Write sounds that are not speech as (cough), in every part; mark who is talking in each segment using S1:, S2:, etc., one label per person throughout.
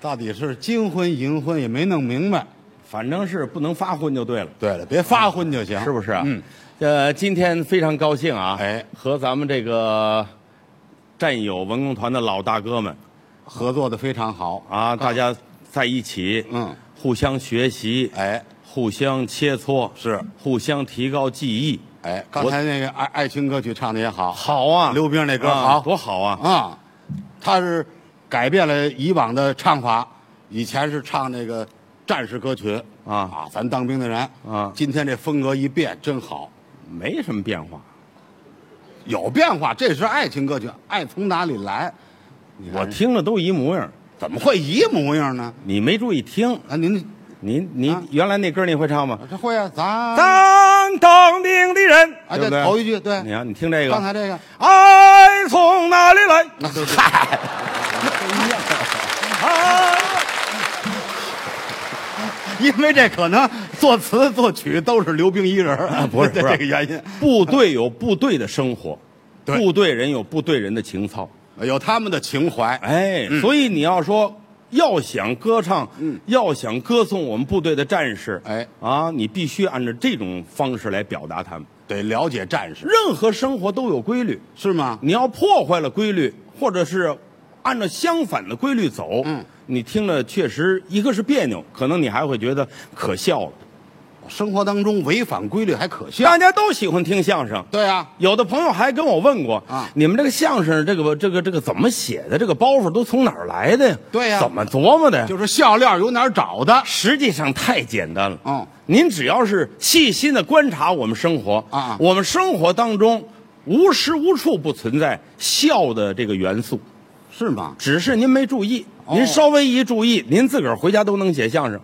S1: 到底是金婚银婚也没弄明白。
S2: 反正是不能发昏就对了，嗯
S1: 对了，别发昏就行，
S2: 是不是？
S1: 嗯，，
S2: 呃，今天非常高兴啊，
S1: 哎
S2: 和咱们这个战友文工团的老大哥们
S1: 合作的非常好。
S2: 啊，大家在一起，
S1: 嗯，
S2: 互相学习，
S1: 哎
S2: 互相切磋，
S1: 是
S2: 互相提高技艺，
S1: 哎，刚才那个爱爱情歌曲唱的也好，
S2: 好啊，
S1: 溜冰那歌
S2: 啊
S1: 好
S2: 多好啊！
S1: 啊，他是改变了以往的唱法，以前是唱那个战士歌曲
S2: 啊
S1: 咱当兵的人
S2: 啊
S1: 今天这风格一变真好，
S2: 没什么变化，
S1: 有变化，这是爱情歌曲，爱从哪里来？你看
S2: 我听着都一模样儿，
S1: 怎么会一模样呢？
S2: 你没注意听，
S1: 啊，您
S2: 你你
S1: 啊
S2: 原来那歌你会唱吗？
S1: 这会啊，咱
S2: 当当兵的人，
S1: 啊，
S2: 对
S1: 这
S2: 不对？
S1: 头一句对
S2: 你，看，你听这个，
S1: 刚才这个，
S2: 爱哎从哪里来？
S1: 嗨，
S2: 啊
S1: (laughs) 因为这可能作词作曲都是刘冰一人儿，
S2: 啊不
S1: (laughs)
S2: 是
S1: 这
S2: 不是
S1: 这个原因。
S2: 部队有部队的生活，
S1: 对
S2: 部队人有部队人的情操。
S1: 有他们的情怀，
S2: 哎，所以你要说要想歌唱，要想歌颂我们部队的战士，
S1: 哎
S2: 啊，你必须按照这种方式来表达他们。
S1: 得了解战士，
S2: 任何生活都有规律，
S1: 是吗？
S2: 你要破坏了规律，或者是按照相反的规律走，
S1: 嗯，
S2: 你听了确实一个是别扭，可能你还会觉得可笑了。
S1: 生活当中违反规律还可笑。
S2: 大家都喜欢听相声，
S1: 对啊，
S2: 有的朋友还跟我问过
S1: 啊
S2: 你们这个相声这个这个这个怎么写的？这个包袱都从哪儿来的呀？
S1: 对呀
S2: 怎么琢磨的呀？
S1: 就是笑料有哪儿找的？
S2: 实际上太简单了。
S1: 嗯
S2: 您只要是细心的观察我们生活
S1: 啊
S2: 我们生活当中无时无处不存在笑的这个元素，
S1: 是吗？
S2: 只是您没注意。
S1: 哦
S2: 您稍微一注意，您自个儿回家都能写相声，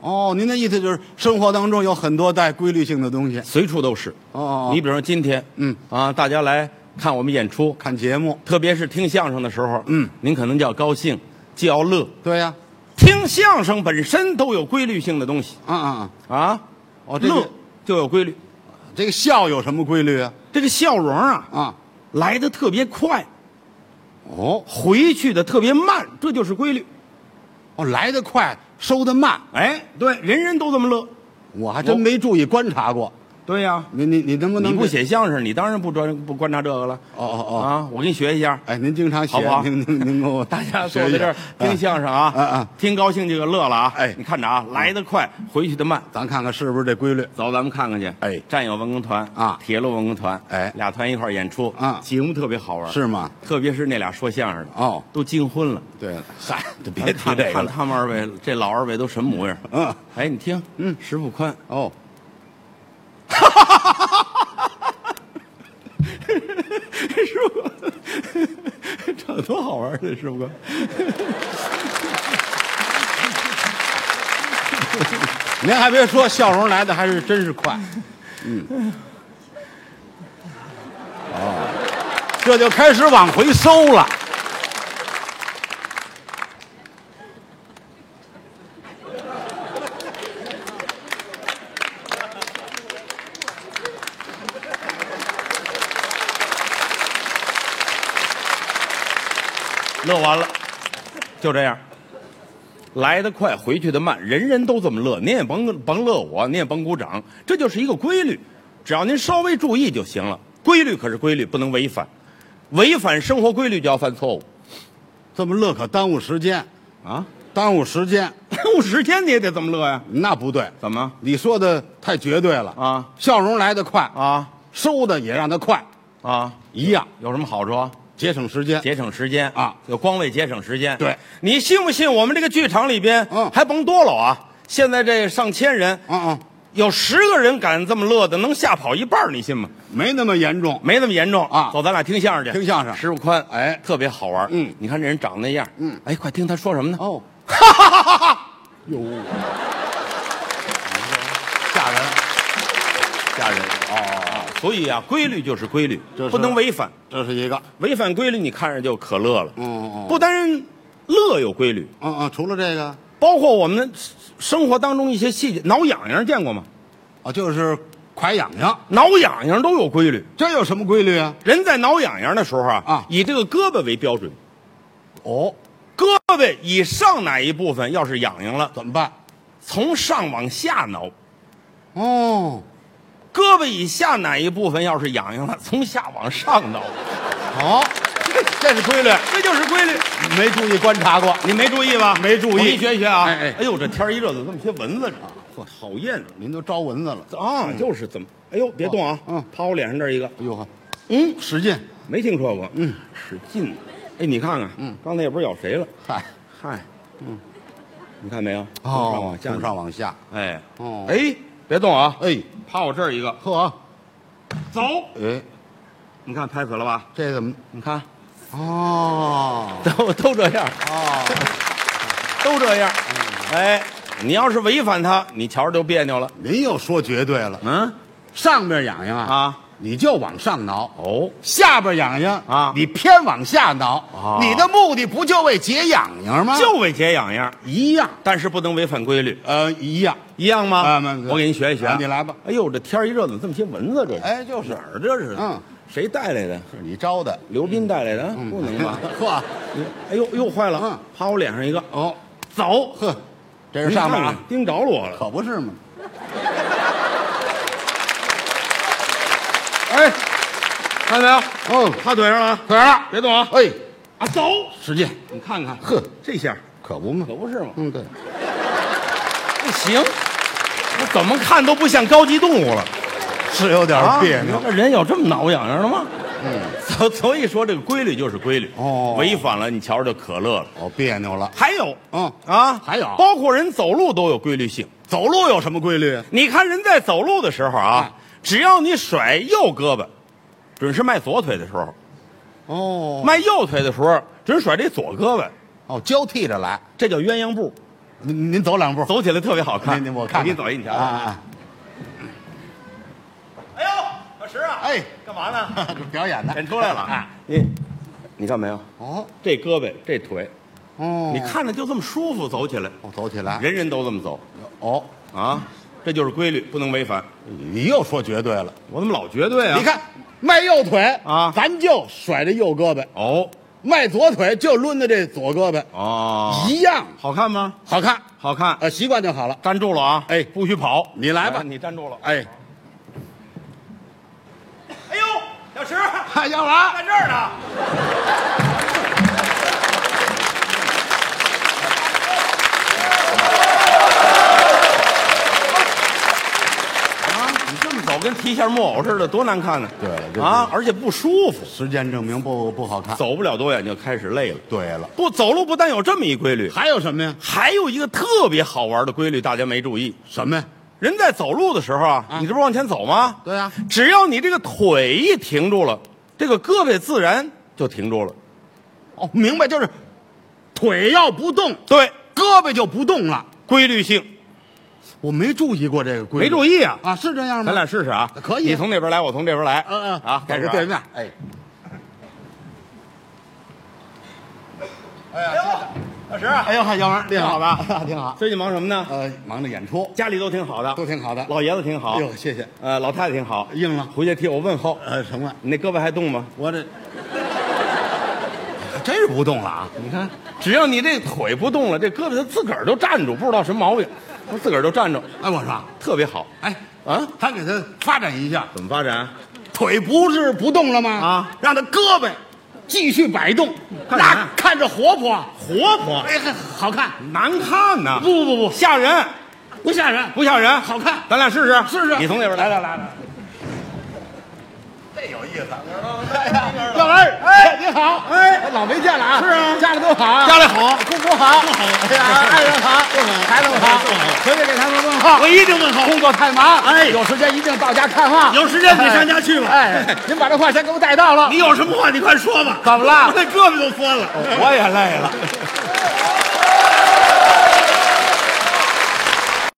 S1: 哦，您的意思就是生活当中有很多带规律性的东西。
S2: 随处都是。
S1: 哦
S2: 你
S1: 你
S2: 比如说今天，
S1: 嗯
S2: 啊，大家来看我们演出，
S1: 看节目，
S2: 特别是听相声的时候，
S1: 嗯，
S2: 您可能就要高兴，就要乐。
S1: 对啊呀、
S2: 听相声本身都有规律性的东西
S1: 啊，啊啊，
S2: 啊，
S1: 哦这个
S2: 乐就有规律。
S1: 这个笑有什么规律啊？
S2: 这个笑容啊，
S1: 啊，
S2: 来的特别快，
S1: 哦
S2: 回去的特别慢，这就是规律。
S1: 哦，来得快，收得慢，
S2: 哎，对，人人都这么乐。
S1: 我还真没注意观察过。
S2: 对呀、
S1: 你你你能不能
S2: 哦你不
S1: 这？
S2: 写相声，你当然不专不观察这个了。
S1: 哦哦哦
S2: 啊，我给你学一下。
S1: 哎，您经常写，
S2: 好不好
S1: 您您您给我
S2: (laughs) 大家坐
S1: 哎学一
S2: 在
S1: 下
S2: 这儿听
S1: 啊
S2: 相声啊，
S1: 嗯嗯
S2: 听高兴就给乐了啊。
S1: 哎
S2: 你看着啊，来的快，回去的慢。
S1: 咱看看是不是这规律？
S2: 走，咱们看看去。
S1: 哎
S2: 战友文工团
S1: 啊
S2: 铁路文工团，
S1: 哎
S2: 俩团一块儿演出
S1: 啊
S2: 节目特别好玩，
S1: 是吗？
S2: 特别是那俩说相声的，
S1: 哦，
S2: 都金婚了。
S1: 对了， (laughs) 嗨，就
S2: 咱
S1: 别提
S2: 看
S1: 这个
S2: 看
S1: 了。
S2: 他们二位，这老二位都什么模样？
S1: 嗯，
S2: 哎，你听，嗯，石富
S1: (laughs)
S2: 宽，
S1: 哦，
S2: 师傅，长得多好玩儿的师傅哥。
S1: (laughs) 您还别说，笑容来的还是真是快。嗯，哦，这就开始往回收了。
S2: 乐完了，就这样。来得快，回去的慢，人人都这么乐。您也甭甭乐我，您也甭鼓掌，这就是一个规律。只要您稍微注意就行了。规律可是规律，不能违反，违反生活规律就要犯错误
S1: 这么乐可耽误时间，
S2: 啊！ (laughs)
S1: 耽误时间，
S2: 耽误时间你也得这么乐呀、
S1: 那不对。
S2: 怎么
S1: 你说的太绝对了
S2: 啊！
S1: 笑容来的快，
S2: 啊
S1: 收的也让它快，
S2: 啊？
S1: 一样
S2: 有什么好处啊？
S1: 节省时间。
S2: 节省时间
S1: 啊，
S2: 就光为节省时间。
S1: 对，
S2: 你信不信我们这个剧场里边，
S1: 嗯
S2: 还甭多了啊，现在这上千人，
S1: 嗯嗯，
S2: 有十个人敢这么乐的，能吓跑一半儿，你信吗？
S1: 没那么严重。
S2: 没那么严重
S1: 啊
S2: 走，咱俩听相声去。
S1: 听相声
S2: 石富宽，
S1: 哎
S2: 特别好玩。
S1: 嗯，
S2: 你看这人长那样，嗯，哎，快听他说什么呢？
S1: 哦， (laughs) 哈哈哈哈！
S2: (laughs)
S1: 哟，吓人，
S2: 吓人哦。所以啊，规律就是规律
S1: 这，是
S2: 不能违反，
S1: 这是一个。
S2: 违反规律你看着就可乐了。
S1: 嗯嗯
S2: 不单乐有规律，
S1: 嗯嗯，除了这个
S2: 包括我们生活当中一些细节，挠痒痒见过吗？
S1: 啊，就是快痒痒，
S2: 挠痒痒都有规律。
S1: 这有什么规律啊？
S2: 人在挠痒痒的时候啊，
S1: 啊
S2: 以这个胳膊为标准，
S1: 哦，
S2: 胳各位，以上哪一部分要是痒痒了，
S1: 怎么办？
S2: 从上往下挠；
S1: 哦，
S2: 胳膊以下哪一部分要是痒痒了， (laughs) 从下往上挠。
S1: 好，这是规律，
S2: 这就是规律，
S1: 没注意观察过。
S2: 你没注意吧？
S1: 没注意
S2: 我给你学一学啊！
S1: 哎哎
S2: 呦，这天儿一热，怎么那么些蚊子呢？呵，讨厌
S1: 您都招蚊子了，
S2: 啊！就是怎么？哎呦，别动啊！
S1: 嗯，
S2: 趴我脸上这儿一个，
S1: 哎呦呵，
S2: 嗯，
S1: 使劲，
S2: 没听说过，嗯，使劲。哎，你看看，嗯，刚才也不知道咬谁了，
S1: 嗨，
S2: 嗨，嗯，你看没有？
S1: 哦，从
S2: 从上
S1: 上
S2: 往
S1: 往下，
S2: 下，哎，
S1: 哦
S2: 哎，别动啊！
S1: 哎，啊
S2: 趴我这儿一个，
S1: 呵，
S2: 走。
S1: 哎，
S2: 你看拍死了吧？
S1: 这怎么？
S2: 你看，
S1: 哦，
S2: (laughs) 都都这样，
S1: 哦，
S2: 都这样。哎，你要是违反它，你瞧着就别扭了。
S1: 您又说绝对了，
S2: 嗯
S1: 上边痒痒啊，
S2: 啊，
S1: 你就往上挠。
S2: 哦，
S1: 下边痒痒
S2: 啊
S1: 你偏往下挠，
S2: 哦
S1: 你的目的不就为解痒痒吗？
S2: 就为解痒痒，
S1: 一样，
S2: 但是不能违反规律，
S1: 呃，一样。
S2: 一样吗？
S1: 啊那
S2: 我给您学一学啊，
S1: 啊你来吧
S2: 哎呦，这天儿一热，怎么这么些蚊子？这是
S1: 哎就是
S2: 哪儿这是？
S1: 嗯，
S2: 谁带来的？
S1: 你招的，
S2: 刘斌带来的？啊不能吧？
S1: 嗯 (laughs) 呵，
S2: 你哎呦，又坏了，
S1: 嗯
S2: 趴我脸上一个，
S1: 哦，
S2: 走。
S1: 呵，这是上面
S2: 你看
S1: 啊
S2: 看，盯着我了。
S1: 可不是嘛。
S2: 哎，看到没有？
S1: 哦，
S2: 趴腿上了啊，
S1: 可了，
S2: 别动啊！
S1: 哎，
S2: 啊，走！
S1: 使劲，
S2: 你看看，
S1: 呵，
S2: 这下
S1: 可不嘛
S2: 可。不是吗？
S1: 嗯，对，
S2: 不行，我怎么看都不像高级动物了。
S1: 是有点别
S2: 啊你
S1: 扭
S2: 说。这人有这么挠痒痒的吗？嗯，所所以说这个规律就是规律。
S1: 哦
S2: 违反了你瞧着就可乐了。
S1: 哦，别扭了。
S2: 还有，
S1: 嗯
S2: 啊，
S1: 还有
S2: 包括人走路都有规律性。
S1: 走路有什么规律？啊
S2: 你看人在走路的时候啊，只要你甩右胳膊，准是迈左腿的时候；
S1: 哦，
S2: 迈右腿的时候，准甩这左胳膊，
S1: 哦，交替着来。
S2: 这叫鸳鸯步，
S1: 您您走两步，
S2: 走起来特别好看。
S1: 您啊您我看看，
S2: 给你走一条。
S1: 啊啊！
S2: 哎呦，小石啊，
S1: 哎， (laughs)
S2: 干嘛呢？
S1: 啊表演的
S2: 演出来了啊！你你看没有？
S1: 哦
S2: 这胳膊，这腿，
S1: 哦，
S2: 你看着就这么舒服，走起来，
S1: 哦，走起来。
S2: 人人都这么走
S1: 哦，
S2: 啊，这就是规律，不能违反。
S1: 你又说绝对了。
S2: 我怎么老绝对啊？
S1: 你看，迈右腿
S2: 啊
S1: 咱就甩这右胳膊；
S2: 哦
S1: 迈左腿就抡着这左胳膊，
S2: 哦，
S1: 一样
S2: 好看吗？
S1: 好看。
S2: 好看。
S1: 呃，习惯就好了。
S2: 站住了啊！
S1: 哎
S2: 不许跑，
S1: 你来吧
S2: 哎你站住了。
S1: 哎，
S2: 哎呦，小石
S1: 哎，要来，
S2: 在这儿呢。啊你这么走跟提线木偶似的，多难看呢！
S1: 对了就是
S2: 啊，而且不舒服，
S1: 时间证明不不好看。
S2: 走不了多远就开始累了。
S1: 对了，
S2: 不走路不但有这么一规律，
S1: 还有什么呀？
S2: 还有一个特别好玩的规律，大家没注意。
S1: 什么呀？
S2: 人在走路的时候啊，你这不是往前走吗？
S1: 对啊
S2: 只要你这个腿一停住了，这个胳膊自然就停住了。
S1: 哦，明白，就是腿要不动，
S2: 对，
S1: 胳膊就不动了。
S2: 规律性，
S1: 我没注意过这个规
S2: 没
S1: 律，
S2: 注意啊。
S1: 啊，是这样吗？
S2: 咱俩试试啊，
S1: 可以
S2: 你从那边来，我从这边来。
S1: 嗯嗯
S2: 啊，开始啊
S1: 走对面，哎，
S2: 哎老师啊，
S1: 哎呦，嗨，姚文，挺好
S2: 好
S1: 的， (laughs) 挺好。
S2: 最近忙什么呢？
S1: 呃，忙着演出，
S2: 家里都挺好的，
S1: 都挺好的。
S2: 老爷子挺好
S1: 哎，呦，谢谢。
S2: 呃，老太太挺好，
S1: 应了
S2: 回去替我问候。
S1: 呃，成了，
S2: 你那胳膊还动吗？
S1: 我这真是不动了啊！你看，
S2: 只要你这腿不动了，这胳膊它自个儿就站住，不知道什么毛病，它自个儿就站住，
S1: 哎，我说，
S2: 特别好。
S1: 哎，
S2: 啊，
S1: 咱给他发展一下，
S2: 怎么发展？
S1: 腿不是不动了吗？
S2: 啊，
S1: 让他胳膊继续摆动，
S2: 干啥
S1: 那
S2: 呀
S1: 看着活泼，
S2: 活泼，
S1: 哎，还好看。
S2: 难看呐，
S1: 不不不
S2: 吓人，
S1: 不，不吓人，
S2: 不吓人，
S1: 好看
S2: 咱俩试试，
S1: 试试
S2: 你从那边来，来来来，
S1: 要来，哎，你好，哎，老没见了啊，
S2: 是啊
S1: 家里都好啊，
S2: 家里好，
S1: 公婆好，哎呀，爱人好，孩子们好，回去给他们问候。
S2: 我一定问好。
S1: 工作太忙，
S2: 哎
S1: 有时间一定到家看望。
S2: 有时间你上家去吧
S1: 哎，哎您把这话先给我带到了。
S2: 有什么话你快说吧
S1: 怎么了哦
S2: 胳膊都酸了，我也累了。